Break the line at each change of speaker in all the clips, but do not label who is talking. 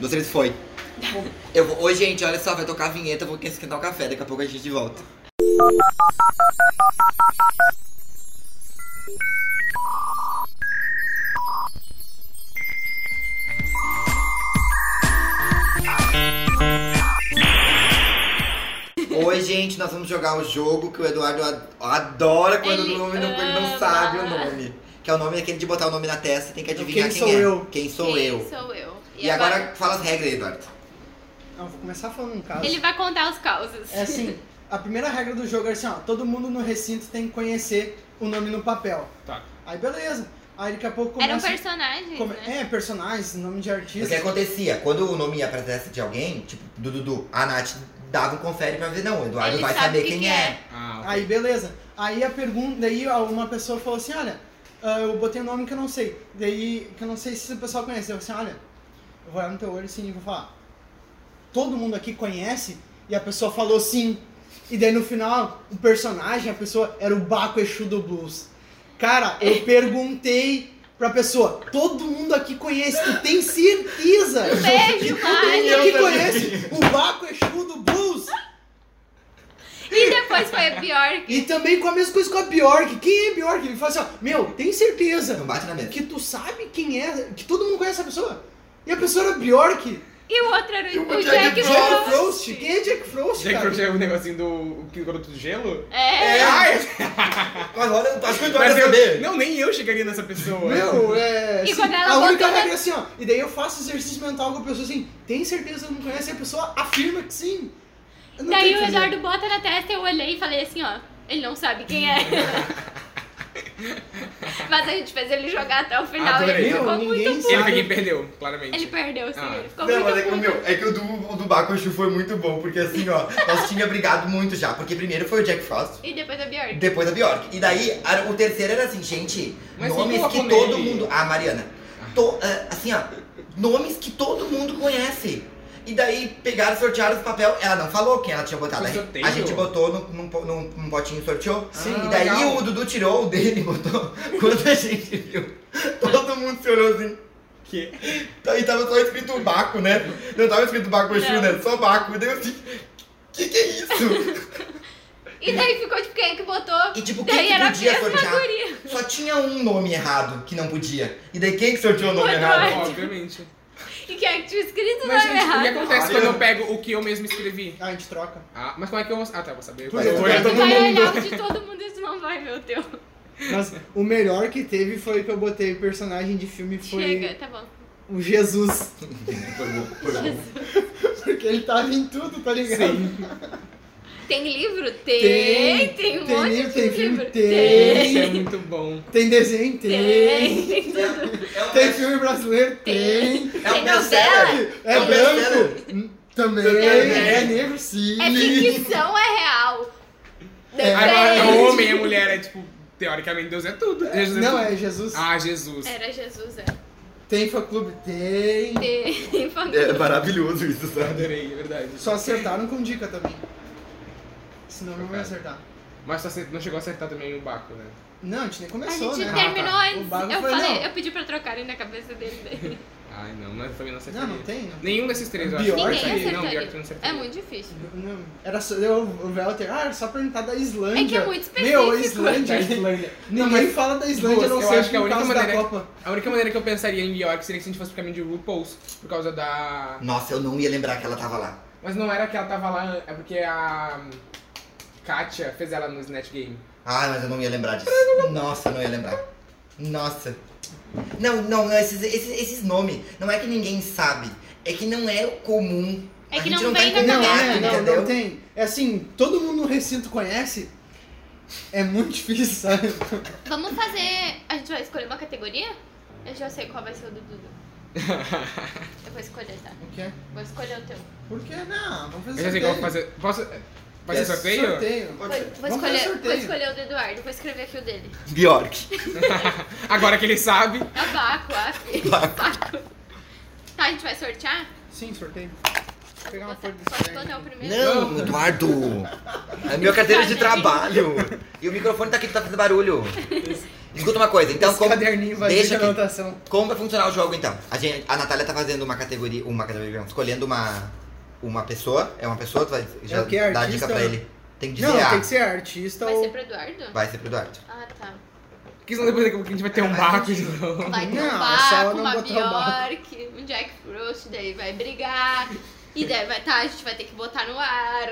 Você foi. Eu vou... Oi, gente, olha só, vai tocar a vinheta, eu vou esquentar o café, daqui a pouco a gente volta. Oi, gente, nós vamos jogar o jogo que o Eduardo ad- adora quando
Ele
o nome não, ele
ama.
não sabe o nome. Que é o nome daquele de botar o nome na testa e tem que adivinhar
Quem
quem,
sou
é.
eu?
Quem sou
Quem
eu.
Sou eu.
E, agora... fala as regras, Eduardo.
Não, vou começar falando um caso.
Ele vai contar os causos.
É assim, a primeira regra do jogo é assim, ó, todo mundo no recinto tem que conhecer o nome no papel.
Tá.
Aí beleza. Aí daqui a pouco
Eram
começa...
personagens,
come-
um né?
É, personagens, nome de
O que
artista.
acontecia? Quando o nome ia pra testa de alguém, tipo, do Dudu, a Nath dava um confere pra ver, não, o Eduardo
Ele
vai
sabe
saber
o que
quem
que
é.
é.
Ah, ok.
Aí beleza. Aí a pergunta, daí uma pessoa falou assim, olha, ah, eu botei um nome que eu não sei. Daí, que eu não sei se o pessoal conhece. Eu falei assim, olha, eu vou olhar no teu olho assim e vou falar, todo mundo aqui conhece? E a pessoa falou sim. E daí no final, o personagem, a pessoa, era o Baco Exu do Blues. Cara, eu perguntei pra pessoa, todo mundo aqui conhece, tu tem certeza?
Um Beijo,
Todo mundo
Mário!
aqui conhece o Baco Exu do Blues?
E depois foi a pior.
E também com a mesma coisa com a Bjork. Quem é Bjork? Ele fala assim, ó, meu, tem
Não
certeza
bate na mesa.
que tu sabe quem é, que todo mundo conhece a pessoa. E a pessoa era Bjork.
E o outro era
E
o,
o
Jack
Jack
Jack
Frost.
Frost. Quem é Jack Frost,
Jack
cara?
Frost é o negocinho do que garoto do gelo?
É.
Ai, Mas olha, acho que o Eduardo vai
eu-
saber.
Não, nem eu chegaria nessa pessoa.
Meu, é...
E
assim,
quando ela né?
a única
botou-
regra é assim, ó. E daí eu faço exercício mental com a pessoa assim, tem certeza que não conhece? E a pessoa afirma que sim. Eu não
Daí
tenho
o
que fazer.
Eduardo bota na testa, eu olhei e falei assim, ó, ele não sabe quem é. Mas a gente fez ele jogar até o final e ele
Adorei.
ficou
Meu,
muito
ninguém
puto.
Ele foi
sabe.
quem perdeu, claramente.
Ele perdeu, sim,
Ah.
ele ficou
Não, mas é
muito
que, o
puto.
meu, é que o do, o do Bakushu foi muito bom, porque assim, ó, nós tinha brigado muito já, porque primeiro foi o Jack Frost,
E depois a Bjork.
depois a Bjork. E daí, a- o terceiro era assim, gente,
Mas
nomes
vamos
que
lá
todo
comer.
mundo... Ah, Mariana, to- ah, assim, ó, nomes que todo mundo conhece. E daí, pegaram, sortearam os papel, ela não falou quem ela tinha botado.
Foi
Aí,
sorteio?
a gente botou num, num, po- num- num potinho e sorteou.
Sim,
e daí
legal.
o Dudu tirou o dele e botou. Quando a gente viu, todo mundo se olhou assim...
Que?
Tá- E tava só escrito Baco, né? Não tava escrito Baco Exu,
Não.
né? Só Baco. E daí eu assim, que que é isso?
E daí ficou tipo, quem é que botou?
E tipo, quem
daí era
que
a
podia
mesma
sortear?
guria.
Só tinha um nome errado que não podia. E daí quem que sorteou o nome
Foi
errado?
Eduardo.
Tá Obviamente.
E quem é que tinha escrito o nome
Mas, gente, o que
errado?
acontece
Ah,
quando
eu-
eu pego o que eu mesmo escrevi?
Ah, a gente troca.
Ah, mas como é que eu vou... Ah, tá, eu vou saber.
Pois
Eu
é,
vou
tu vai-
olhar todo
vai
mundo.
olhar o de todo mundo e isso não vai, meu Deus.
Mas o melhor que teve foi que eu botei personagem de filme foi
Chega, tá bom.
o Jesus.
Foi bom, foi bom.
Porque ele tava em tudo, tá ligado?
Tem livro? Tem! Tem, um
Tem
monte
livro,
de
tem filme?
livro.
Tem.
Isso é muito bom.
Tem desenho?
Tem!
Tem.
Tem tudo.
É um-
Tem filme brasileiro?
Tem. Tá.
Tem.
é um
Tem
best-seller. um
novela?
É
Não,
branco? Hum, Também.
Também.
É negro? Sim.
É ficção, é real.
Agora,
Depende.
é homem e mulher é tipo... Teoricamente, Deus é tudo. Jesus
Não,
tudo.
é Jesus.
Ah, Jesus.
Era Jesus, é.
Tem fã-clube? Tem.
Tem família.
É maravilhoso isso, sabe?
Adorei, é verdade.
Só acertaram com dica também. Senão não vai acertar.
Mas tu acert- não chegou a acertar também o Baco, né?
Não, a gente nem
A
começou,
gente
né?
terminou
Ah,
O
antes.
bagulho
Eu
foi,
falei,
não.
eu pedi pra trocarem na cabeça dele. daí.
Ai, não, mas eu também não acertaria.
Não, não tem. não.
Nenhum desses três, eu
Bjork?
acho.
Ninguém
acertaria.
Não,
acertaria.
Bjork tu não acertaria.
É muito difícil.
Não, Era só. Eu, o Velter. Ah, era só perguntar da Islândia.
É que é muito específico.
Meu, a Islândia. é
Da Islândia.
Ninguém
Não, mas-
fala da Islândia, a não
Eu
sei
acho que é a
por
única
causa da
maneira-
Copa.
A única maneira que eu pensaria em Bjork seria se a gente fosse pro caminho de RuPaul's, por causa da...
Nossa, eu não ia lembrar que ela tava lá.
Mas não era que ela tava lá, é porque a hum, Katia fez ela no Snatch Game.
Ah, mas eu não ia lembrar disso. Nossa, eu não ia lembrar. Nossa. Não, não, não, esses, esses, esses nomes, não é que ninguém sabe. É que não é comum.
É
A
que
gente
não vem
tá em
na
Não,
contato,
cabeça.
é, não,
entendeu?
não tem. É assim, todo mundo no recinto conhece. É muito difícil, sabe?
Vamos fazer. A gente vai escolher uma categoria? Eu já sei qual vai ser o do Dudu. Eu vou escolher, tá?
O quê?
Vou escolher o teu.
Por que não? Vamos
Eu
fazer
já sei
sorteio.
como eu vou assim, fazer. Posso. Fazer
É
sorteio?
Vou,
Pode ser.
vou
Vamos fazer um
escolher, vou
sorteio.
escolher o do Eduardo, vou escrever aqui o dele.
Bjork.
Agora que ele sabe.
É o Baco, af. Baco. Tá, a gente vai sortear?
Sim, sorteio. Vou pegar uma
Pode
folha
botar
de
o
sorteio.
primeiro?
Não, Eduardo. É minha carteira de trabalho. E o microfone tá aqui que tá fazendo barulho. Escuta uma coisa, então
Esse
como.
caderninho vazio tá-
Deixa
de
aqui.
anotação.
Como vai funcionar o jogo então? A, gente, a Natália tá fazendo uma categoria. Uma categoria, não, escolhendo uma. Uma pessoa. É uma pessoa, tu vai já
o quê?
dar a dica
Artista?
pra ele. Tem que dizer
Não,
ah,
tem que ser artista
Vai
ou...
ser pro Eduardo?
Vai ser pro Eduardo.
Ah, tá.
Porque senão depois daqui a pouco a gente vai ter um barco de novo.
Vai
Não, é
trombar
só
com
não
uma
botar o barco.
Bjork, um Jack Frost, daí vai brigar. E daí vai tá, a gente vai ter que botar no ar.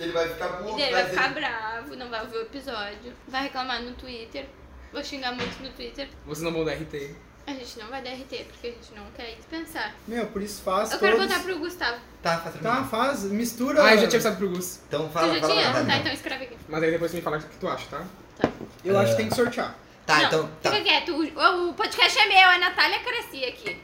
Ele vai ficar
E
burro.
daí vai ficar bravo, não vai ouvir o episódio. Vai reclamar no Twitter. Vou xingar muito no Twitter.
Vocês não vão dar RT.
A gente não vai dar RT, porque a gente não quer dispensar.
Meu, por isso faz
Eu quero
todos.
botar pro Gustavo.
Tá, faz pra
Tá,
mim.
faz, mistura.
Ah, eu já tinha avisado pro Gus.
Então
Tu
fala,
já
fala
tinha?
Natália,
Tá,
né?
então.
então escreve aqui.
Mas aí depois você me fala o que tu acha, tá?
Eu acho que tem que sortear.
Tá,
não,
então. Tá.
Fica quieto, o, o podcast é meu, é Natália Crescia aqui.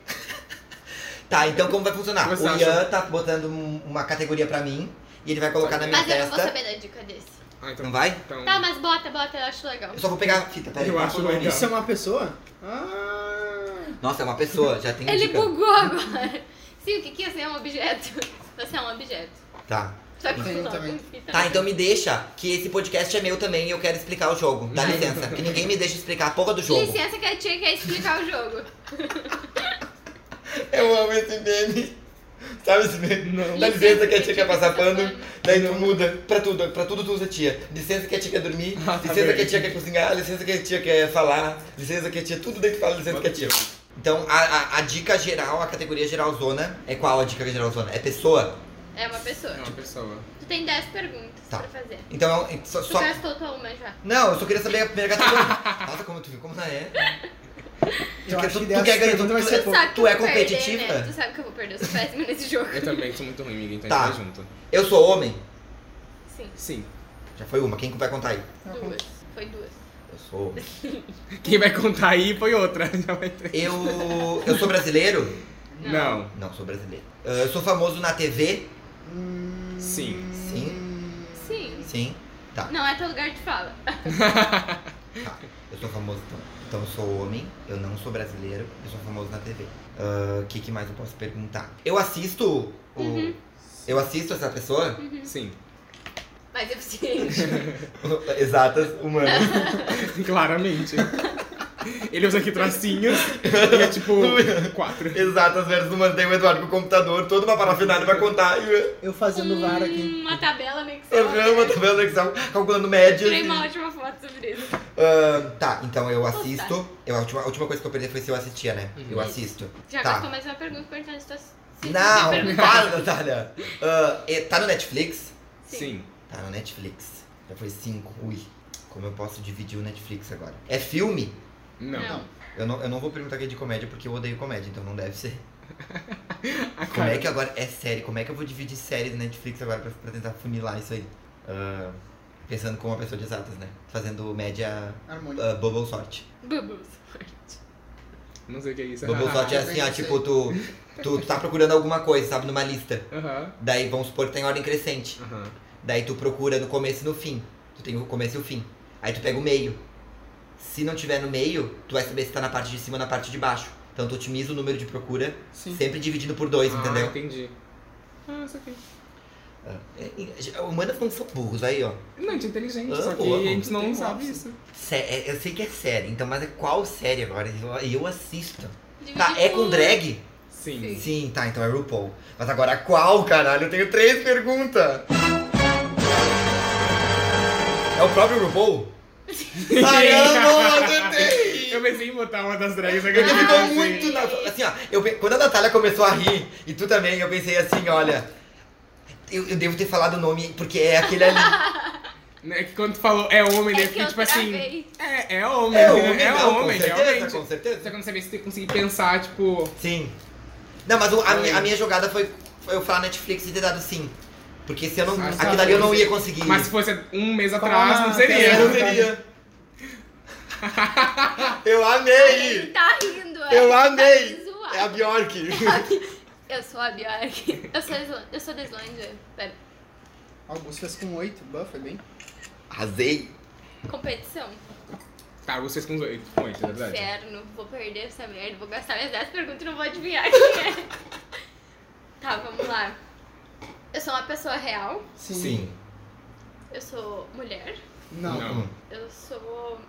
Tá, então como vai funcionar?
Você
O
acha?
Ian tá botando um- uma categoria pra mim e ele vai colocar na É minha
Mas eu não vou
testa.
saber da dica desse.
Ah, então.
Não vai?
Então.
Tá, mas bota, bota, eu acho legal.
Eu só vou pegar a fita, peraí.
Eu acho legal.
Isso é uma pessoa? Ah...
Nossa, é uma pessoa, já tem a
Ele
dica.
bugou agora. Sim, o que que é ser um objeto? Você é um objeto.
Tá.
Só que
Sim,
não,
também.
fita.
Tá, então me deixa, que esse podcast é meu também e eu quero explicar o jogo. Dá licença, que ninguém me deixa explicar a porra do jogo.
Licença que a tia quer explicar o jogo.
Eu amo esse meme. Sabe esse meme?
Não.
Dá licença que a tia quer
Licença,
passar
que a tia
pano,
quer
daí tu muda pra tudo, pra tudo tu usa tia. Licença que a tia quer dormir,
Ah, tá
licença que a
bem.
tia quer cozinhar, licença que a tia quer falar, licença que a tia, tudo daí tu fala licença que a tia. Então a, a, a dica geral, a categoria geral zona, é qual a dica geral zona? É pessoa?
É uma pessoa.
É uma pessoa.
Tu tem 10 perguntas
Tá.
pra fazer.
Então é um- só,
Tu
só-
gastou tua uma já.
Não, eu só queria saber a primeira categoria. Nossa, como tu viu, como não é?
Eu
quer-
acho
tu-
que
tu
dessa
quer ganhar,
pergunta
tu-
vai
tu-
ser
Pô,
Tu
pouco.
sabe que
tu
eu
é
vou perder,
competitiva?
né? Tu sabe que eu vou perder, eu sou péssima nesse jogo.
Eu também sou muito ruim, amiga, então
Tá.
a gente vai junto.
Eu sou homem?
Sim,
Sim.
Já foi uma, quem vai contar aí?
duas. Foi duas.
Eu sou homem.
Quem vai contar aí foi outra. Já vai ter.
Eu, eu sou brasileiro?
Não.
Não, sou brasileiro. Ah, Eu sou famoso na TV?
Hum,
Sim.
Sim.
Sim.
Sim. Tá,
Não é teu lugar de fala.
tá. Eu sou famoso então. Então eu sou homem, eu não sou brasileiro, eu sou famoso na TV. Ah, O que, que mais eu posso perguntar? Eu assisto o. Eu assisto essa pessoa?
Sim.
Mas eficiente.
Exatas, humanas.
Claramente. Ele usa aqui tracinhos e é tipo quatro.
Exatas versus humanas. Tem o Eduardo com o computador, toda uma parafinada vai contar. E eu-
Eu fazendo vara aqui.
Uma tabela meio que
eu
só.
amo a tabela do Excel, calculando médias.
Tirei
e-
uma ótima foto sobre isso.
Ahn, tá, então eu assisto. Eu, a, última, a última coisa que eu perdi foi se eu assistia, né?
Uhum.
Eu assisto.
Já
Tá.
gastou mais uma pergunta, portanto, tu assiste.
Não,
Tem pergunta?
para, Natália! Ahn, e- tá no Netflix?
Sim.
Tá no Netflix. Já foi cinco. Ui, como eu posso dividir o Netflix agora? É filme?
Não.
Não.
Eu não, eu não vou perguntar que é de comédia porque eu odeio comédia, então não deve ser.
A
Como é
cara.
que agora. É série, como é que eu vou dividir séries no Netflix agora pra, pra tentar funilar isso aí? Ahn, pensando como uma pessoa de exatas, né? Fazendo média
Harmônica.
ah, bubble sorte.
Bubus.
Não sei o que é né? isso.
Bubble sort é assim, ó, tipo, tu, tu, tu tá procurando alguma coisa, sabe, numa lista.
Aham.
Daí vamos supor que tá em ordem crescente.
Aham.
Daí tu procura no começo e no fim. Tu tem o começo e o fim. Aí tu pega o meio. Se não tiver no meio, tu vai saber se tá na parte de cima ou na parte de baixo. Então tu otimiza o número de procura,
Sim.
sempre dividindo por dois,
Ah,
entendeu?
entendi. Ah, isso aqui.
É, é, Humanas não são burros aí, ó.
Não, a gente é inteligente,
Ah,
só que
boa.
a gente não
Tem
sabe
óbvio.
isso.
Sé- é- eu sei que é série, então, mas é qual série agora? Eu, eu assisto.
Dividido
Tá, é com
por-
drag?
Sim.
Sim, tá, então é RuPaul. Mas agora qual, caralho? Eu tenho três perguntas. É o próprio RuPaul? Ah, Caramba, acertei!
Eu pensei em botar uma das drags
Porque
Ah,
agora.
ficou
assim.
muito na... Assim, ó, eu, pe- quando a Natália começou a rir, e tu também, eu pensei assim, olha... Eu, eu devo ter falado o nome, porque é aquele ali.
É que quando tu falou é
É
homem, daí eu
que
fiquei
eu
tipo assim.
travei.
É, é homem,
É
né?
homem,
é
não,
homem,
com certeza,
realmente.
com certeza.
Só que eu não sabia se tu ia conseguir pensar, tipo.
Sim. Não, mas o- a,
Oi.
minha, a minha jogada foi, foi eu falar Netflix e ter dado sim. Porque se eu não...
Ah,
Aquilo ali eu não ia conseguir.
Mas se fosse um mês
Fala
atrás,
na
não
Eu não
seria.
tela.
teria. Eu amei!
Ele tá rindo, é.
Eu
Ele tá
amei.
me zoando.
É a Bjork.
Eu sou a Bjork. Eu sou, isla- É, eu sou da Islândia. Pera.
Alguns fez com oito, buffer bem.
Arrasei.
Competição.
Tá, vocês com os oito pontos, é verdade.
Inferno. Vou perder essa merda. Vou gastar minhas 10 perguntas e não vou adivinhar quem é. tá, vamos lá. Eu sou uma pessoa real.
Sim.
Eu sou mulher.
Não.
Não.
Eu sou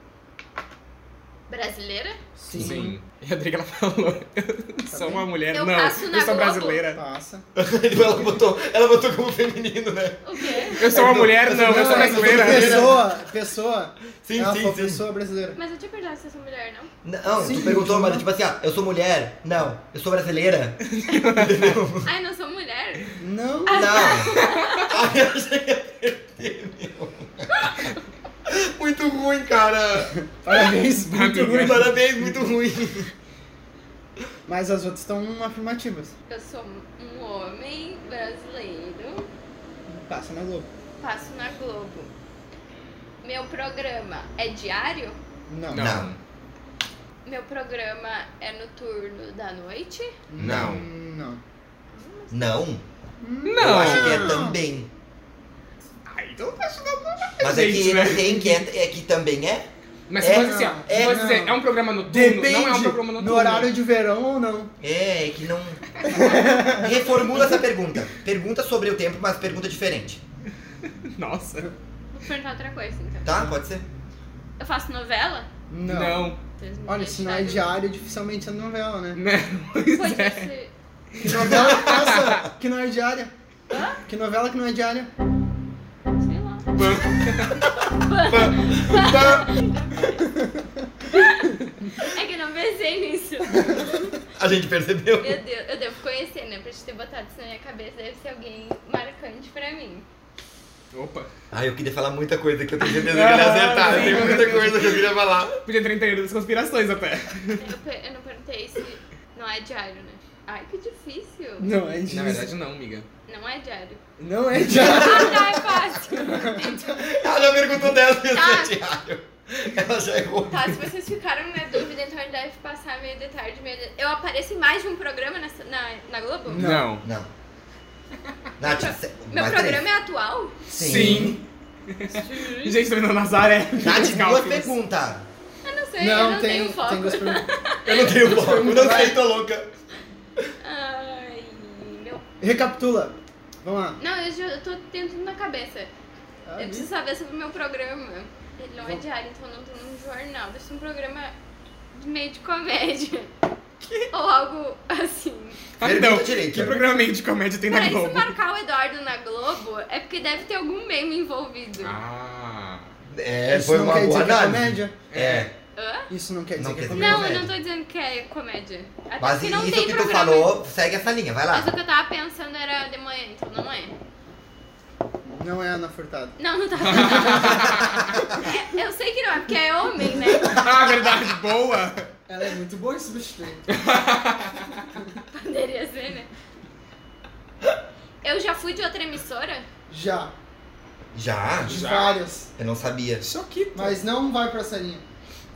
brasileira.
Sim. Rodrigo, ela falou. Eu sou uma mulher.
Tá Eu
não,
passo na
eu
Globo.
sou brasileira.
Passa.
ela, botou, ela botou como feminino, né?
O quê?
Eu sou uma mulher, É, não, eu
não,
sou
eu sou
brasileira.
brasileira.
é tipo, Pessoa, pessoa.
Sim,
ela
sim,
falou
sim.
pessoa brasileira.
Mas eu tinha perguntado se eu sou mulher, não?
Não,
Sim,
tu perguntou,
não.
mano, tipo assim, ah, eu sou mulher? Não. Eu sou brasileira?
Ai, não sou mulher?
Não.
Não. Ai, eu achei que ia perder. Muito ruim, cara.
Parabéns,
Ah,
muito
Amiga.
ruim.
Parabéns, muito ruim.
Mas as outras estão afirmativas.
Eu sou um homem brasileiro.
Passa na Globo.
Passo na Globo. Meu programa é diário?
Não.
Não.
Meu programa é no turno da noite?
Não.
Não.
Não? Eu
Não.
acho que é também.
Ai, então tá ajudando
Mas é que
Gente, né?
ele tem que é, é que também é?
Mas se
É,
fosse assim, ó.
não,
É,
é,
fosse dizer,
não.
é um programa noturno?
Depende
Não é um programa
no
noturno.
horário de verão ou não.
É, é que não. Reformula essa pergunta. Pergunta sobre o tempo, mas pergunta diferente.
Nossa.
Vou perguntar outra coisa, então.
Tá? Pode ser?
Eu faço novela?
Não.
Não.
Vocês me
Olha, se não é
deixaram-
diário, dificilmente é novela, né?
Não.
Pois é.
Que novela que passa que não é diária? Que novela que não é diária?
Sei lá. É que eu não pensei nisso.
A gente percebeu.
Meu Deus, eu devo conhecer, né? Pra te ter botado isso na minha cabeça, deve ser alguém marcante pra mim.
Opa.
Ai, Ah, eu queria falar muita coisa que eu tenho certeza que ele ia acertar. Tem muita coisa que eu queria falar.
Podia entrar em teoria das conspirações até.
Eu, pe- eu não perguntei se não é diário, né? Ai, que difícil.
Não é
Na
diário.
verdade, não, amiga.
Não é diário.
Não é diário.
Ah, tá, é fácil.
Ela já perguntou 10 vezes
Tá.
é diário. Ela já errou.
Tá, se vocês ficaram na dúvida, então ele deve passar meio de tarde, meio de... Eu apareço em mais de um programa nessa- na, na Globo?
Não.
Não. Nath, cê-
Meu
mais
programa
três.
é atual?
Sim.
Gente, tô vendo a Nazaré.
Nath, duas
Cálculos.
perguntas.
Eu não sei, eu não
tem, um-
tenho foco.
tem duas perguntas.
Eu não tenho foco, não
vai.
sei, tô louca.
Ai, meu...
Recapitula. Vamos lá.
Não, eu, já, eu tô tendo tudo na cabeça.
Ah,
Eu preciso saber sobre o meu programa. Ele não é diário, então eu não tô num jornal. Deve ser um programa de meio de comédia. Ou algo assim.
Ah,
Pergunta
não.
direito,
Que
cara.
programa meio de comédia tem
é
na
Peraí, é se
Globo?
marcar o Eduardo na Globo, é porque deve ter algum meme envolvido.
Ah.
É,
Isso
foi
não
uma
quer
boa
dizer que é
análise.
comédia?
É,
Isso não quer dizer
Não
que é
quer
comédia.
Não, eu
comédia.
não tô dizendo que é comédia. Até
mas
porque não
isso
tem
que tu
programa.
falou, ah. segue essa linha, vai lá.
Mas o que eu tava pensando era de manhã, então não é.
Não é Ana Furtado.
Não, não tava pensando. É, eu sei que não é, porque é homem, né?
Ah, verdade, boa.
Ela é muito boa de substituir.
Poderia ser, né? Eu já fui de outra emissora?
Já.
Já?
De
Já.
várias.
Eu não sabia.
Choquito.
Mas não vai pra essa linha.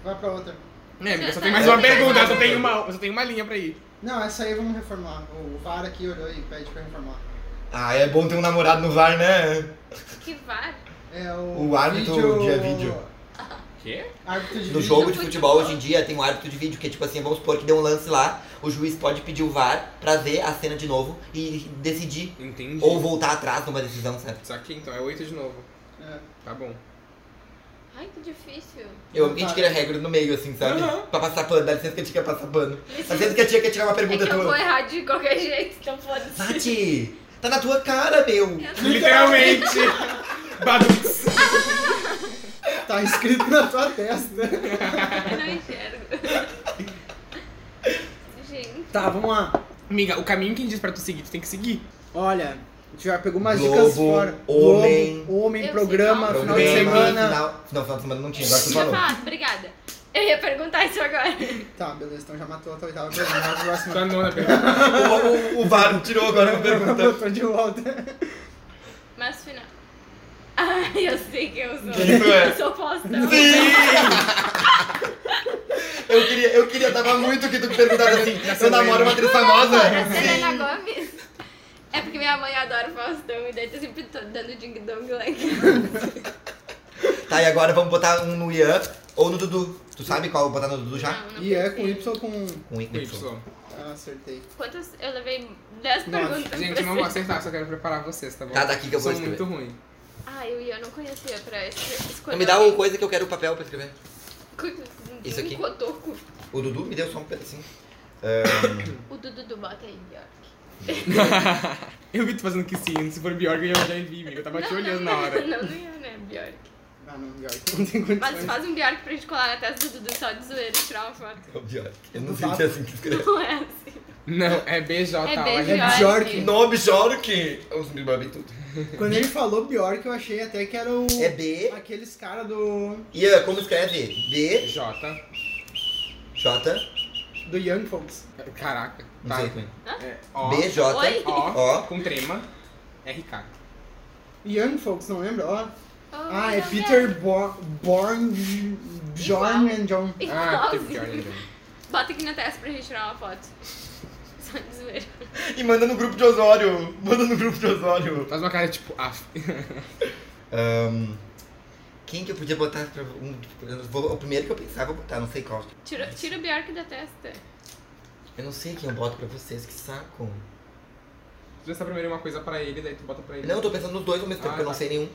Vai pra outra.
É, amiga, só tem mais uma pergunta, eu só tenho uma, eu só tenho uma linha pra ir.
Não, essa aí vamos reformar. O VAR aqui olhou e pede pra reformar.
Ah, é bom ter um namorado no VAR, né?
Que vá.
É o.
O árbitro
vídeo...
de vídeo.
Quê?
Árbitro de
No
vídeo.
jogo de futebol, hoje em dia, tem um árbitro de vídeo que é tipo assim, vamos supor que deu um lance lá, o juiz pode pedir o VAR pra ver a cena de novo e decidir.
Entendi.
Ou voltar atrás numa decisão, sabe?
Só que então é oito de novo.
É.
Tá bom.
Ai, que difícil.
Eu amo que a gente cria regra no meio, assim, sabe?
Aham.
Pra passar pano, dá licença que a gente quer passar pano. Às vezes que a tia quer tirar uma
É
pergunta
que eu vou
tua.
errar de qualquer jeito, então foda-se.
Nath, tá na tua cara, meu.
Literalmente. Badum.
Tá escrito na tua testa.
Eu não enxergo. Gente,
Tá, vamos lá.
Amiga, o caminho que a gente diz pra tu seguir, tu tem que seguir.
Olha, a gente já pegou umas
Globo,
dicas fora.
Homem.
Globo, homem,
Eu sei
programa,
qual.
final de semana.
Final... Não, final de semana não tinha, agora tu
deixa eu
falou.
falar, obrigada. Eu ia perguntar isso agora.
Tá, beleza, então já matou a tua oitava pergunta. Vamos pra próxima.
Sua nona pergunta.
O, o, o VAR tirou agora uma pergunta.
Tô de volta.
Mas final. Ai, eu sei que eu sou.
Quem tu é?
Eu sou posta.
Eu queria, eu queria, tava muito que tu me perguntasse assim, eu namoro uma atriz famosa?
Agora, Selena Gomes. É porque minha mãe adora o Faustão e daí tá sempre to- dando ding-dong lá em casa.
Tá, e agora vamos botar um no Ian ou no Dudu. Tu sabe qual botar no Dudu já?
Não, não
E é com
pensei.
Y ou com.
Um
Com
Y.
Y.
Ah, acertei.
Quantas? Eu levei 10 perguntas.
Gente, eu não vou acertar, só quero preparar vocês, tá bom?
Tá, daqui que eu vou
Sou
escrever.
muito ruim.
Ah, eu ia, eu não conhecia pra es- escolher.
Então Me dá uma
alguém.
coisa que eu quero o papel pra escrever. Isso
Um
aqui.
cotoco.
O Dudu me deu só um pedacinho. Ahn,
O Dudu do bota aí, Bjork.
Eu vi tu fazendo que sim, se for Bjork eu já, já vi, amigo. Eu tava te olhando na hora.
Não, não ia, né, Bjork.
Ah, não, pior.
Não tem
Mas
condições.
faz um Bjork pra gente colar na testa do Dudu só de zoeira e tirar uma foto.
é o Bjork. Eu não sei se é assim que escreve.
Não é assim.
Não, é BJ.
É
olha.
BJ.
Bjork.
Não, Bjork! Eu sempre babei tudo.
Quando ele falou Bjork, eu achei até que era o...
É B.
Aqueles cara do...
E ah, como escreve? B,
J.
J,
Do Young Folks.
Caraca.
não
Tá.
sei como é.
É, O,
B, J,
Oi?
O,
O.
com É trema, RK.
Young Folks, não lembra? Ó.
Oh,
Ah, é
não
Peter Bo- Born... John and John.
Ah, teve
Igualzinho.
Bjork. então.
Bota aqui na testa pra gente tirar uma foto. Só de zoeira.
E manda no grupo de Osório. Manda no grupo de Osório.
Faz uma cara tipo, ah,
Ahn, quem que eu podia botar pra um- eu vou- o primeiro que eu pensava eu vou botar, não sei qual.
Tira, tira o Bjork da testa.
Eu não sei quem eu boto pra vocês, que saco.
tu pensa primeiro uma coisa pra ele, daí tu bota pra ele.
Não, eu tô pensando nos dois ao mesmo tempo,
Ah,
porque eu não
tá.
sei nenhum.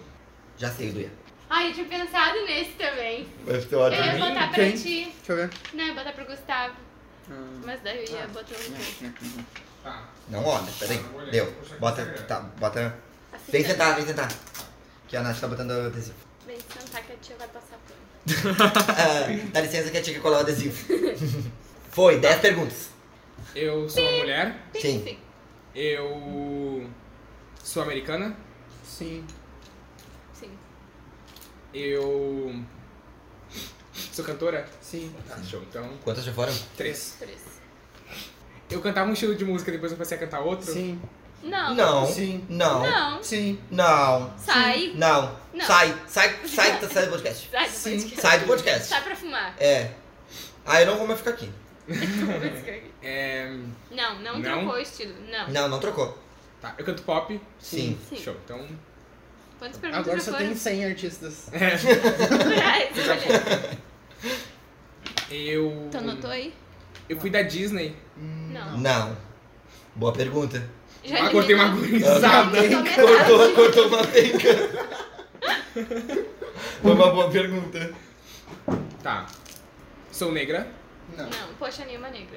Já sei o do Ian.
Ai, eu tinha pensado nesse também.
Vai ser
Eu ia
mim?
botar pra
Quem?
ti.
Deixa eu ver.
Não, eu ia botar pro Gustavo.
Ah,
Mas daí eu ia botar um.
Tá.
Não olha, peraí.
Tá, vou olhar.
Deu.
Vou checar
Bota,
no Instagram.
tá, bota.
Assim,
Vem
né?
sentar, vem sentar. Que a Nath tá botando o adesivo.
Vem sentar que a tia vai passar pano.
Ah, dá licença que a tia quer colar o adesivo. Foi, 10 perguntas.
Eu sou uma mulher,
Sim.
Sim.
eu sou americana,
Sim.
Sim.
eu sou cantora.
Sim.
Tá, show.
Então,
Quantas já foram?
três.
Três.
Eu cantava um estilo de música, depois eu passei a cantar outro.
Sim.
Não.
Não.
Sim.
Não.
Não.
Sim.
Não.
Sai.
Não.
Não.
Sai, sai, sai, sai do podcast.
Sai do
Sim.
podcast.
Sai do podcast.
Sai pra fumar.
É. Ah, eu não vou mais ficar aqui.
É,
Não, não,
Não?
trocou o estilo. Não.
Não, não trocou.
tá, eu canto pop.
Sim.
Sim.
Show. Então,
Quantas perguntas
Agora
já
só
foram?
tem 100 artistas.
Ai, olha.
eu.
Tu anotou aí?
Eu fui da Disney.
Não.
Não. Boa pergunta.
Já
Ah, cortei uma
eliminou?
gurizada.
Eliminou metade.
Cortou, cortou uma penca. Foi uma boa pergunta.
Tá. Sou negra.
Não.
Não, poxa, nenhuma negra.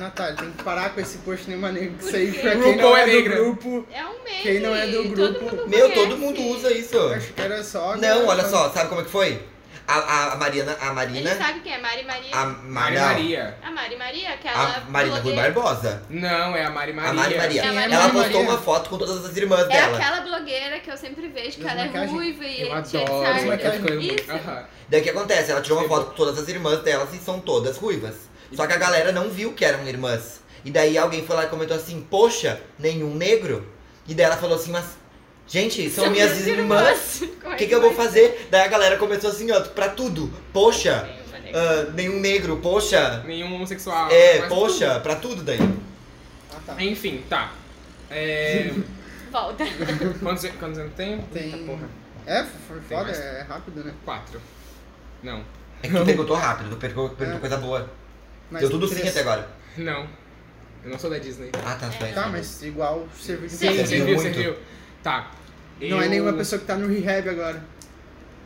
Natália, tem que parar com esse post nenhuma negra que
Por
isso aí
quê?
pra quem
RuPaul
não
é
é do
negra.
grupo.
É um meme.
Quem não é do grupo-
Todo mundo
Meu,
conhece.
todo mundo usa isso.
Acho que tá? era só.
Não, olha só, sabe como é que foi? A, a- a Mariana, a
Ele
Marina,
sabe quem é Mari Maria.
né? a
A,
Ma-
Mari
não,
Maria.
Mari Maria, aquela.
a Marina Rui
blogueira-
Barbosa.
Não, é a Mari Maria.
A Mari Maria.
É a Mari
Ela
Maria.
postou uma foto com todas as irmãs
É
dela.
aquela blogueira que eu sempre vejo que
Das
ela é
maquiagens.
ruiva e
Eu
cheia de
adoro.
sarna.
Mas
aquela coisa muito-
Isso.
um Aham.
Daí o que acontece? Ela tirou uma foto com todas as irmãs delas e são todas ruivas. Só que a galera não viu que eram irmãs. E daí alguém foi lá e comentou assim, poxa, nenhum negro? E daí ela falou assim, mas, gente, são, minhas irmãs. O
Como é
que, que eu vou
vai?
fazer? Daí a galera começou assim, ó, pra tudo. Poxa,
Nenhuma negra.
ah, nenhum negro, poxa.
Nenhum homossexual.
É,
mas
poxa, pra tudo daí.
Ah, tá.
tudo. Enfim, tá. É,
Volta.
quantos, quantos anos tem?
Tem.
Eita porra.
É, foi
Tem
foda,
mais?
é rápido, né?
Quatro. Não.
É que tu perguntou rápido, tu perguntou, perguntou coisa boa. Deu tudo sim
três.
até agora.
Não. Eu não sou da Disney.
Ah, tá, foi.
Tá, mas igual serviço de
Sim.
Você
serviço.
Serviu
viu,
muito.
serviu. Tá.
Não é
Eu-
nenhuma pessoa que tá no rehab agora.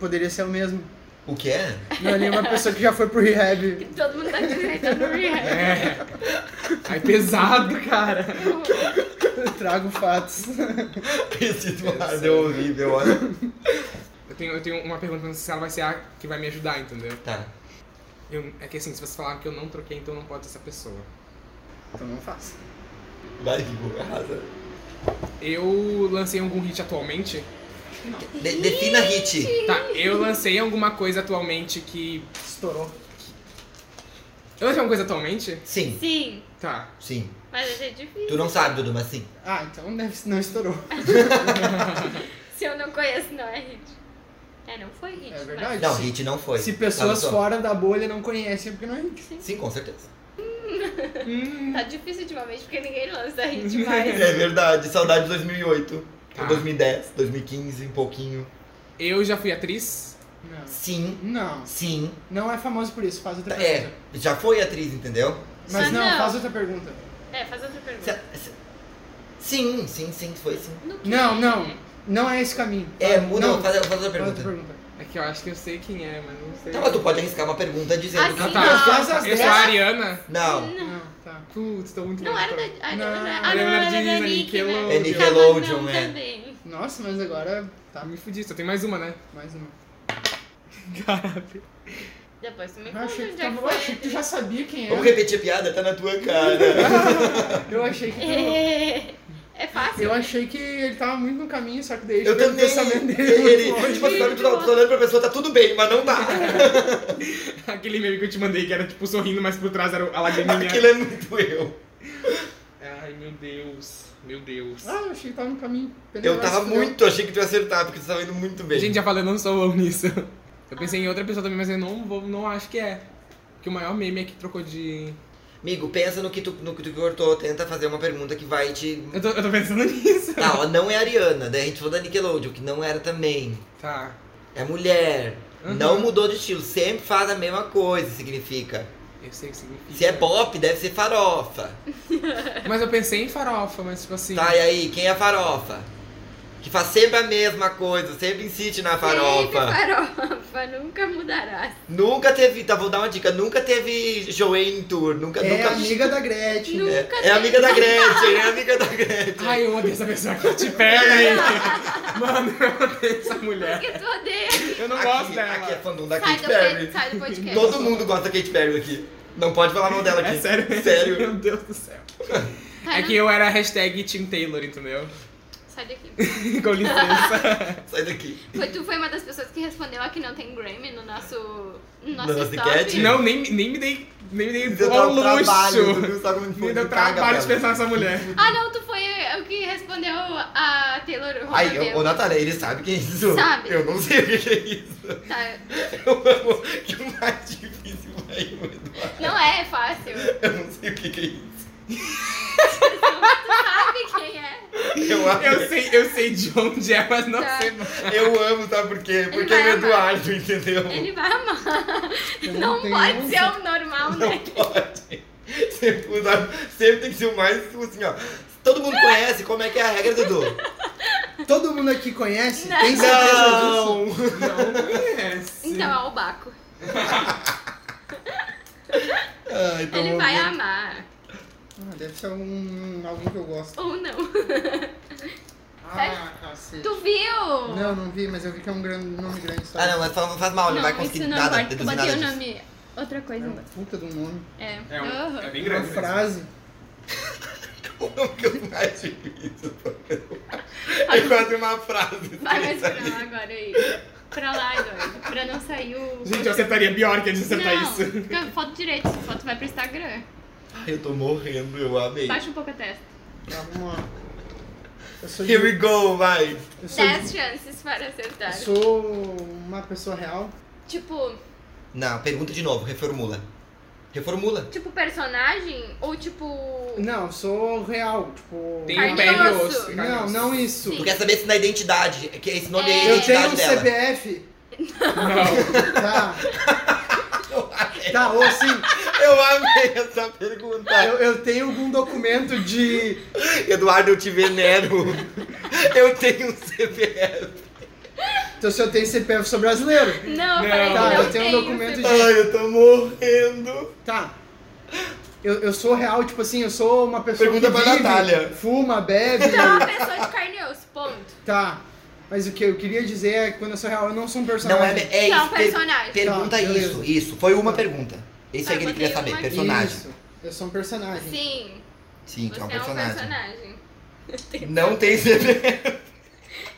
Poderia ser o mesmo.
O que é?
Não é nenhuma pessoa que já foi pro rehab.
Todo mundo tá desgastando no react.
É. Ai, pesado, cara.
Trago fatos.
Esse Eduardo é horrível, olha.
Eu tenho, eu tenho uma pergunta, não sei se ela vai ser a que vai me ajudar, entendeu?
Tá.
Eu- é que assim, se vocês falaram que eu não troquei, então não pode ser essa pessoa.
Então não faço.
Vai, Gugu, arrasa.
Eu lancei algum hit atualmente?
De- defina hit.
Tá, eu lancei alguma coisa atualmente que.
Estourou.
Eu lancei alguma coisa atualmente?
Sim,
Sim,
Tá.
sim.
mas achei difícil.
Tu não sabe, Dudu, mas sim.
Ah, então deve- não estourou.
Se eu não conheço, não é hit. É, não foi hit.
É verdade.
Não, hit não foi.
Se pessoas
Ela só-
fora da bolha não conhecem, é porque não é
mas- sim.
Sim, com certeza.
Hum.
Tá difícil ultimamente porque ninguém lança hit mais.
É verdade, saudade de 2008.
Tá.
2010, 2015, um pouquinho.
Eu já fui atriz.
Não.
Sim,
Não.
sim.
Não é famoso por isso, faz outra
Tá,
pergunta.
É, já foi atriz, entendeu?
Mas
Ah,
não,
não.
faz outra pergunta.
É, faz outra pergunta.
Se- se- Sim, sim, sim, foi sim.
No que?
Não, não. Não é esse caminho.
É,
Ah,
muda,
não,
vou fazer, vou fazer outra
outra
pergunta.
pergunta.
É que eu acho que eu sei quem é, mas não sei.
Tá, mas tu pode arriscar uma pergunta dizendo
Ah,
que.
sim. Não.
Faz as
Eu sou a
dez.
Ariana?
Não,
Não, tá.
Putz, tô muito
Não
longe
era
pra-
da. Ah,
Não.
não, era-
Era
ah, não, era
Disney,
da Nick, né?
Nickelodeon.
É Nickelodeon,
Tava
é.
não também.
Nossa, mas agora tá
Ah, me fudi, só tem mais uma, né?
mais um. uma.
Caralho.
Depois tu me
Eu
conta
achei que,
onde
tava-
é
eu achei que tu
que
já sabia quem
vamos
era.
repetir a piada, tá na tua cara. tá.
Eu achei que tu...
foi. É fácil.
Eu achei que ele tava muito no caminho, só que daí
Eu
chegou no
também.
pensamento dele.
Ele, tipo, sabe, tu tá tu tá olhando pra pessoa, tá tudo bem, mas não tá.
Aquele meme que eu te mandei que era tipo sorrindo, mas por trás era a lagriminha.
Aquilo é muito eu.
Ai, meu Deus. Meu Deus.
Ah, eu achei que tava no caminho.
Eu
Perdeu,
tava
se fudeu.
muito, achei que tu ia acertar, porque tu tava indo muito bem.
Gente, já falei, eu não sou eu nisso. Eu pensei em outra pessoa também, mas eu não, vou, não acho que é. Porque o maior meme é que trocou de.
Amigo, pensa no que, tu, no que tu cortou, tenta fazer uma pergunta que vai te.
Eu tô, eu tô pensando nisso.
Tá, ó, não é a Ariana, daí a gente falou da Nickelodeon, que não era também.
Tá.
É mulher.
Uhum.
Não mudou de estilo, sempre faz a mesma coisa, significa.
Eu sei o que significa.
Se é pop, deve ser farofa.
Mas eu pensei em farofa, mas tipo assim.
Tá, e aí, quem é a farofa? Que faz sempre a mesma coisa, sempre insiste na
Sempre
farofa.
é farofa, nunca mudará.
Nunca teve, tá, vou dar uma dica, nunca teve Joanne Tour, nunca,
É
nunca...
amiga da Gretchen.
Nunca
É,
teve.
é amiga da Gretchen, é amiga da Gretchen.
Ai, eu odeio essa pessoa que te pega aí. Mano, eu odeio essa mulher.
Porque tu odeia.
Eu não
Aqui-
gosto dela.
Aqui é fandom da
Sai
Katy
do,
Perry.
pe- sai do podcast.
Todo mundo gosta da Katy Perry aqui. Não pode falar mal dela aqui.
É sério?
Sério.
Meu Deus do céu.
Tá,
É
não-
que eu era hashtag Tim Taylor, entendeu?
Sai daqui.
Com licença.
Sai daqui.
Foi, tu foi uma das pessoas que respondeu a que não tem Grammy no nosso. No
Na nossa
nosso
enquete?
top.
Não, nem, nem me dei. Nem me dei
Você
ao
dá um trabalho, tu
luxo.
viu só como
Me deu
tu caga pra
trabalho de
ela.
pensar nessa mulher.
Ah, não, tu foi o que respondeu a Taylor
Aí,
Romeu.
eu- ô Natália, ele sabe quem é isso?
Sabe.
Eu não sei o que que é isso.
Tá.
Eu amo que o mais difícil vai o Eduardo.
Não é, é fácil.
Eu não sei o que que é isso.
Sabe quem é?
Eu amo.
Eu sei, eu sei de onde é, mas não
Tá.
sei.
Eu amo, sabe por quê? Porque
vai
é o
amar.
Eduardo, entendeu?
Ele vai amar.
Eu
Não
tenho
pode
um-
ser o normal,
Não
né?
pode. Sempre, usar- sempre tem que ser o mais assim, ó. Todo mundo conhece como é que é a regra, Dudu?
Todo mundo aqui conhece? Tem certeza disso?
Não!
Não conhece.
Então é o Baco.
Ai, tô
Ele vai
ouvindo.
amar.
Ah, deve ser algum, algum que eu gosto.
Ou não.
Ah, cacete.
Tu viu?
Não, não vi, mas eu vi que é um grande, nome grande. Sabe?
Ah, não, mas faz, faz mal, ele
Não,
vai conseguir
isso não
nada,
importa. Eu
deduzir
botei
nada
o
disso.
nome. Outra coisa.
É uma puta de um nome.
É.
É, um,
Aham.
é bem
Uma
grande.
frase.
O que eu mais difícil do programa. É quase uma frase. assim.
um-
Vai mais pra lá agora aí. Pra lá, Eduardo. Pra não sair o.
Gente, eu acertaria pior que a gente acertar
não,
isso.
fica foto direito, essa foto vai pro Instagram.
Ai, eu tô morrendo, eu amei.
Baixa um pouco a testa.
Alguma... Eu sou, de-
Here we go, vai.
eu sou, de-
10 chances para acertar.
eu sou uma pessoa real.
Tipo,
Não, pergunta de novo, reformula. Reformula.
tipo personagem ou tipo.
Não, eu sou real. Tipo.
Tem um
Carne
o pé e
e osso.
osso.
Não, não isso.
Tu quer saber se na identidade, é que esse nome é, a
É.
Eu tenho
identidade dela.
um CPF.
Não.
Tá. Tá, ou sim,
Eu amei essa pergunta.
eu, eu tenho algum documento de.
Eduardo, eu te venero. Eu tenho um CPF.
Então, se eu tenho CPF, eu sou brasileiro.
Não,
Não.
peraí,
Tá,
não
eu tenho um documento
esse-
de-
Ai, eu tô morrendo.
Tá. Eu, eu sou real, tipo assim, eu sou uma pessoa
Pergunta
que
pra
vive,
Natália.
fuma, bebe.
Então é uma pessoa de carne e osso, ponto.
Tá. Mas o que eu queria dizer é que quando eu sou real, eu não sou um
Não é,
personagem.
é
Não,
isso. per-
personagem.
pergunta
Tá, beleza.
isso, isso. Foi uma pergunta. Isso
Tá,
é que ele
botei
queria saber,
uma aqui.
personagem.
Isso. Eu sou um personagem.
Sim,
Sim,
você
tu é um
é um
personagem.
personagem.
Não tem CPF.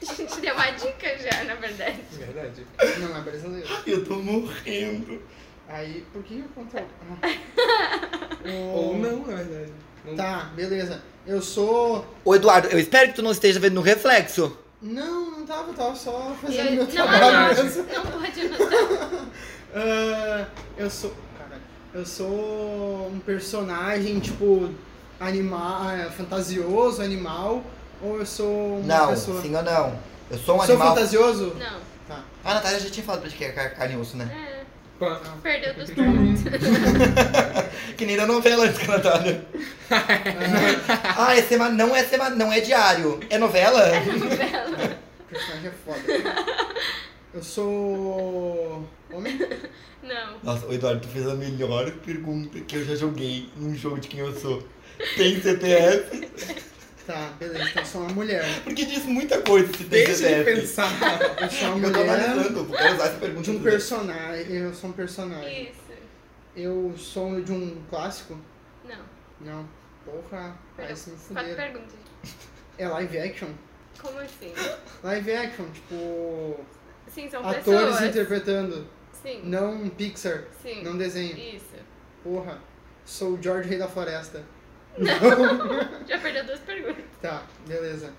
A gente deu uma dica já, na verdade.
Verdade.
Não é brasileiro.
Eu tô morrendo.
Aí, por que eu conto?
Ou não, na verdade. Não-
Tá, beleza. Eu sou.
Ô Eduardo, eu espero que tu não esteja vendo no reflexo.
Não, não tava, eu tava só fazendo
Eu-
é, meu
não,
trabalho.
não,
mesmo.
não pode anotar.
Ah, eu sou. Caralho. Eu sou um personagem, tipo, animal. é, fantasioso, animal. Ou eu sou uma
Não,
pessoa.
sim ou não? Eu sou um
sou
animal.
fantasioso?
Não.
Tá.
Ah, a Natália já tinha falado pra ti que é car- carne e osso, né?
É,
Pã.
perdeu dos pontos.
Que nem da novela antes com a Natália.
Ah,
Ah, é semana. Não é semana, não é diário. É novela?
Novela.
personagem é foda. Eu sou. homem?
Não.
Nossa, o Eduardo, tu fez a melhor pergunta que eu já joguei num jogo de quem eu sou. Tem CPF?
Tá, beleza, então eu sou uma mulher.
Porque diz muita coisa se tem
Deixa de
CPF.
pensar.
Eu sou uma
Eu tô
mulher
analisando, eu quero usar essa pergunta.
de um
tudo.
personagem. Eu sou um personagem.
Isso.
Eu sou de um clássico?
Não.
Não. Porra, aí se me
Quatro
fuderam.
perguntas.
É live action?
Como assim?
Live action, tipo.
Sim, são
Atores
pessoas.
interpretando.
Sim.
Não um Pixar,
Sim.
não desenho.
Isso.
Porra, sou o George Rei da Floresta.
Já perdeu duas perguntas.
Tá, beleza.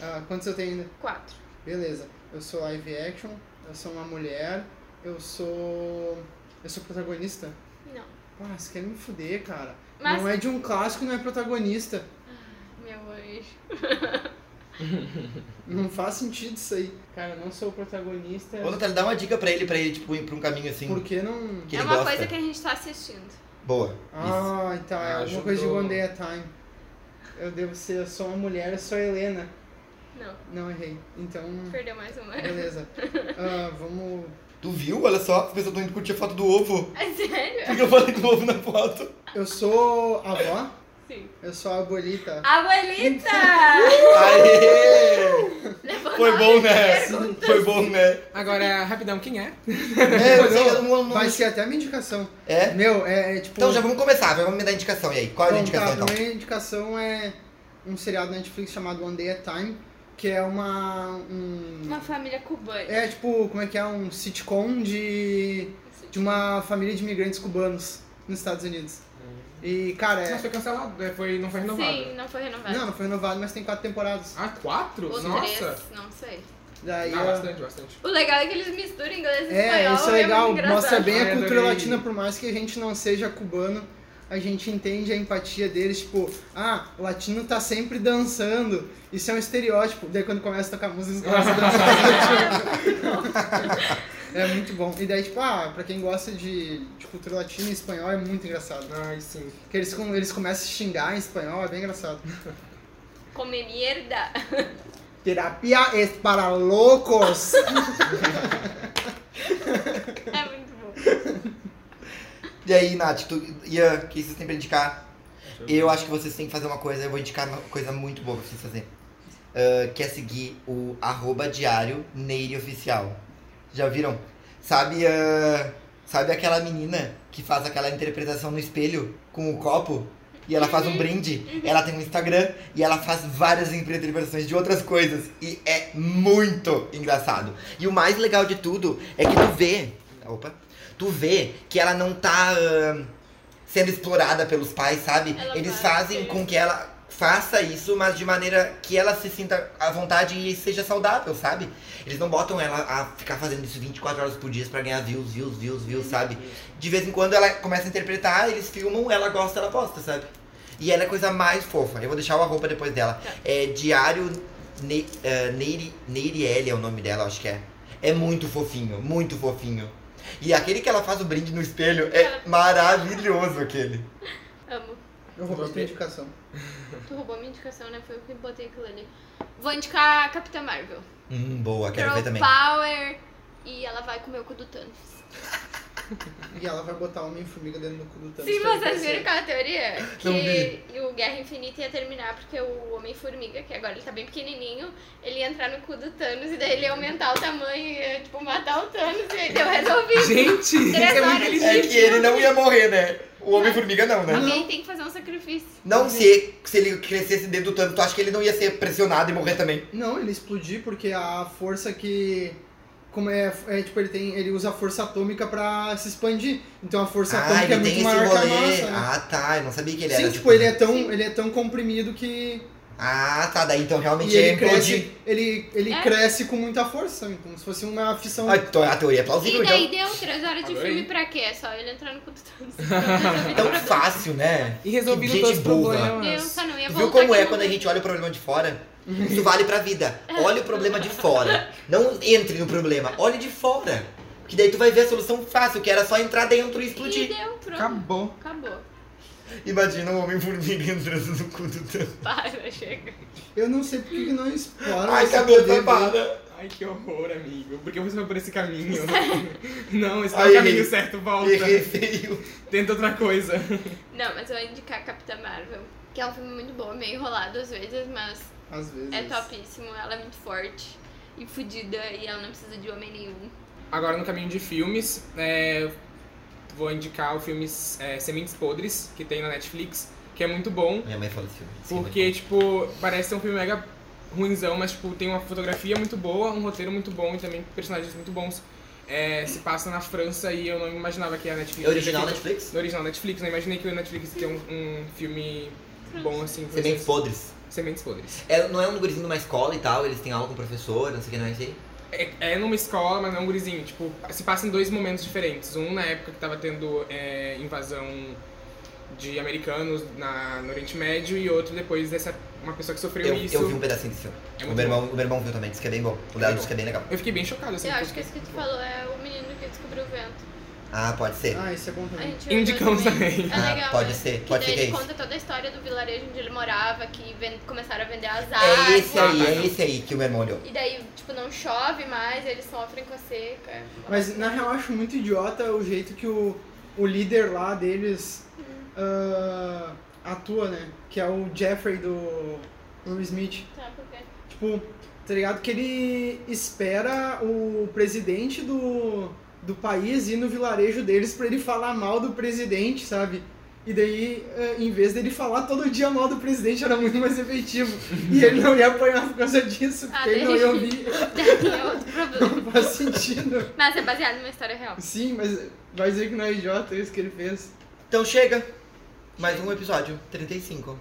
Ah, quantos eu tenho ainda?
Quatro.
Beleza. Eu sou live action, eu sou uma mulher, eu sou. Eu sou protagonista?
Não.
Ah, você quer me fuder, cara.
Mas-
Não é de um clássico, não é protagonista.
Meu anjo.
Não faz sentido isso aí. Cara, eu não sou protagonista.
Ô, Natália, dá uma dica pra ele, pra ele, tipo, ir pra um caminho assim.
Por que não.
Que
é
ele
uma
gosta.
coisa que a gente tá assistindo.
Boa. Isso.
Ah, tá. É alguma
Ajudou.
coisa de One Day at a Time. Eu devo ser, eu sou uma mulher, eu sou a Helena.
Não.
Não, errei. Então,
Perdeu mais uma.
beleza. Ah, vamos.
Tu viu? Olha só, as pessoas estão indo curtir a foto do ovo.
É sério?
Porque eu falei do ovo na foto.
Eu sou a avó,
Sim.
eu sou a abuelita.
Abuelita!
Aê!
Levou
Foi
nove
bom, né?
perguntas.
Foi bom, né?
Agora, rapidão, quem é?
É, eu sei, eu não- não-
Vai ser até a minha indicação.
É?
Meu, é, é tipo.
Então já vamos começar, vai, vamos me dar indicação. E aí, qual é a
Então, tá,
indicação então?
A primeira indicação é um seriado da Netflix chamado One Day at a Time, que é uma. Um,
Uma família cubana.
é tipo, como é que é? Um sitcom de. de uma família de imigrantes cubanos nos Estados Unidos. E, cara,
Mas
é.
foi cancelado, é, foi, não foi renovado.
Sim, não foi renovado.
Não, não foi renovado, mas tem quatro temporadas.
Ah, quatro?
Ou
Nossa!
três, não sei.
Daí.
Ah,
ela-
bastante, bastante.
O legal é que eles misturam inglês e
É,
espanhol.
isso é legal.
muito
Mostra
engraçado.
bem
Ai,
a cultura
adorei.
latina, por mais que a gente não seja cubano, a gente entende a empatia deles, tipo, ah, o latino tá sempre dançando. Isso é um estereótipo. Daí quando começa a tocar música, eles começam a dançar. é muito bom. E daí, tipo, ah, pra quem gosta de, de cultura latina e espanhol, é muito engraçado.
Ai, sim.
Porque eles, com- eles começam a xingar em espanhol, é bem engraçado.
Come mierda.
Terapia es para loucos!
É muito bom.
E aí, Nath, tu, Ian, o que vocês têm pra indicar? Eu acho que vocês têm que fazer uma coisa, eu vou indicar uma coisa muito boa pra vocês fazerem. Ah, que é seguir o arroba diário Neire Oficial. Já viram? Sabe, ah, sabe aquela menina que faz aquela interpretação no espelho com o copo? E ela faz um brinde, ela tem um Instagram e ela faz várias interpretações de outras coisas. E é muito engraçado. E o mais legal de tudo é que tu vê. Opa! Tu vê que ela não tá ah, sendo explorada pelos pais, sabe?
Ela
Eles
faz,
fazem
sim.
com que ela faça isso, mas de maneira que ela se sinta à vontade e seja saudável, sabe? Eles não botam ela a ficar fazendo isso 24 horas por dia pra ganhar views, views, views, views, sabe? De vez em quando ela começa a interpretar, eles filmam, ela gosta, ela posta, sabe? E ela é a coisa mais fofa. Eu vou deixar o arroba depois dela.
Tá.
É Diário ne eh, Neiri, Neirielle é o nome dela, acho que é. É muito fofinho, muito fofinho. E aquele que ela faz o brinde no espelho é maravilhoso aquele.
Amo.
Eu roubei tua indicação.
Tu roubou minha indicação, né? Foi eu que botei aquilo ali. Vou indicar a Capitã Marvel.
Hum, boa, quero ver
Girl
também.
Power. E ela vai comer o cu do Thanos.
E ela vai botar o Homem-Formiga dentro do cu do Thanos. é.
Sim, é
pra ele
vocês
crescer.
viram aquela teoria?
Não
Que o Guerra Infinita ia terminar porque o Homem-Formiga, que agora ele tá bem pequenininho, ele ia entrar no cu do Thanos e daí ele ia aumentar o tamanho e ia, tipo, matar o Thanos e aí deu resolvido.
Gente, isso é muito
horas.
inteligente.
É que ele não ia morrer, né? O Homem-Formiga não, né?
Alguém tem que fazer um sacrifício.
Não se, se ele crescesse dentro do tanto, tu acha que ele não ia ser pressionado e morrer também.
Não, ele explodir porque a força que. Como é, é, tipo, ele tem. Ele usa a força atômica pra se expandir. Então a força
Ah,
atômica
ele
é muito
tem esse
maior que a
rolê.
nossa. né?
Ah, tá. Eu não sabia que ele
Sim,
era. um
tipo, ele é tão.
Sim.
Ele é tão comprimido que.
Ah, tá. Daí então realmente
E
ia
ele
implodir.
cresce, ele, ele
É.
cresce com muita força, então como se fosse uma fissão.
Ah, então a teoria é plausível,
E
então.
daí deu três horas de
Alô,
filme
aí?
pra quê? É só ele entrar no cu do Thanos. Então
Tão fácil, né?
E resolvido
Gente
todos os
burra.
Meu,
problemas.
só não ia
Tu
voltar.
viu como
aqui
é
no
quando a
mundo.
gente olha o problema de fora? Isso vale pra vida. Olha o problema de fora. Não entre no problema, olhe de fora. Que daí tu vai ver a solução fácil, que era só entrar dentro e
E
explodir.
deu, pronto.
Acabou.
Acabou.
Imagina um homem-formiga entrando no cu do teu.
Para, chega.
Eu não sei porque que não explora
Ai,
esse
cabeça
poder dele.
para.
Ai, que horror, amigo. Por que você foi por esse caminho? não, esse não é o
Ai,
caminho
errei.
certo, volta.
Errei feio.
Tenta outra coisa.
Não, mas eu vou indicar Capitã Marvel. Que é um filme muito bom, meio enrolado às vezes, mas
Às vezes.
é topíssimo. Ela é muito forte e fodida e ela não precisa de homem nenhum.
Agora no caminho de filmes, é, vou indicar o filme é, Sementes Podres, que tem na Netflix, que é muito bom.
Minha mãe fala desse filme. Sim,
Porque, tipo, parece ser um filme mega ruinzão, mas, tipo, tem uma fotografia muito boa, um roteiro muito bom e também personagens muito bons. É, se passa na França e eu não imaginava que a Netflix...
É original
ia ter feito-
Netflix?
No original Netflix, não imaginei que o Netflix ia ter um, um filme bom, assim. com
Sementes
essas-
podres.
Sementes Podres.
É, não é um gurizinho numa escola e tal, eles têm aula com o professor, não sei o que, não é isso aí?
É, é numa escola, mas não é um gurizinho. Tipo, se passa em dois momentos diferentes. Um na época que tava tendo é, invasão de americanos na, no Oriente Médio e outro depois dessa uma pessoa que sofreu
Eu,
isso.
eu vi um pedacinho desse filme.
É
o,
muito
meu
bom.
irmão, o meu irmão viu também, disse que é bem bom. O Léo disse que é bem legal.
Eu fiquei bem chocado. Assim,
Eu
porque-
acho que esse que tu falou é o menino que descobriu o vento.
Ah, pode ser.
Ah, isso é bom
A
também.
gente olhou
Indicamos também.
É
Hum. Ah,
legal,
pode
né?
ser,
Que
pode
daí
ser que é
ele
isso.
conta toda a história do vilarejo onde ele morava, que ven- começaram a vender as águas.
É esse aí, é esse aí que o meu irmão olhou.
E daí, tipo, não chove mais, eles sofrem com a seca.
É.
Mas na real eu acho muito idiota o jeito que o, o líder lá deles ah, atua, né? Que é o Jeffrey do Will Smith.
Tá, por quê?
Tipo, tá ligado? Que ele espera o presidente do, do país ir no vilarejo deles pra ele falar mal do presidente, sabe? E daí, eh, em vez dele falar todo dia mal do presidente, era muito mais efetivo. E ele não ia apanhar por causa disso, porque
Ah,
ele não
daí-
ia ouvir.
Daí é outro problema.
Não faz sentido.
Mas é baseado numa história real.
Sim, mas vai dizer que não é idiota isso que ele fez.
Então chega. Mais um episódio, 35.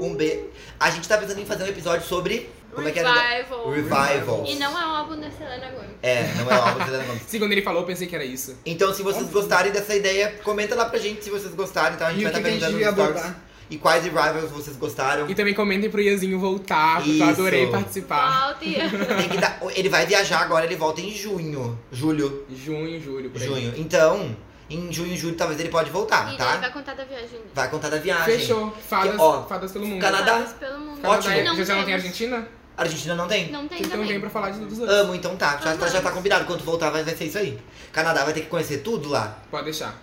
Um B. A gente tá pensando em fazer um episódio sobre. Como é que era?
Revival.
Revival.
E não é um álbum da Selena Gomez.
É, não é o álbum de Selena Gomez.
Segundo ele falou, eu pensei que era isso.
Então, se vocês gostarem dessa ideia, comenta lá pra gente se vocês gostaram. Então, a gente
E o
vai
que,
estar
que a gente
perguntando
devia
nos stories.
abordar?
E quais revivals vocês gostaram.
E também comentem pro Iazinho voltar, porque eu
Isso.
adorei participar.
Volta e-
Tem que dar- Ele vai viajar agora, ele volta em junho. Julho.
Junho, julho, por aí.
Junho. Então, em junho e julho, talvez ele pode voltar,
E daí
tá?
vai contar da viagem. dele.
Vai contar da viagem.
Ah, Fechou. Fadas,
Que, ó,
fadas pelo mundo.
Canadá-
Fadas Pelo mundo.
Canadá
Ótimo.
é-
Não
já, já não tem
temos.
Argentina?
A Argentina não tem?
Não tem
então
também.
vem pra falar de
Ah.
todos os outros.
Amo, então tá. Já, tá- já tá combinado. Quando tu voltar, vai, vai ser isso aí. Canadá vai ter que conhecer tudo lá.
Pode deixar.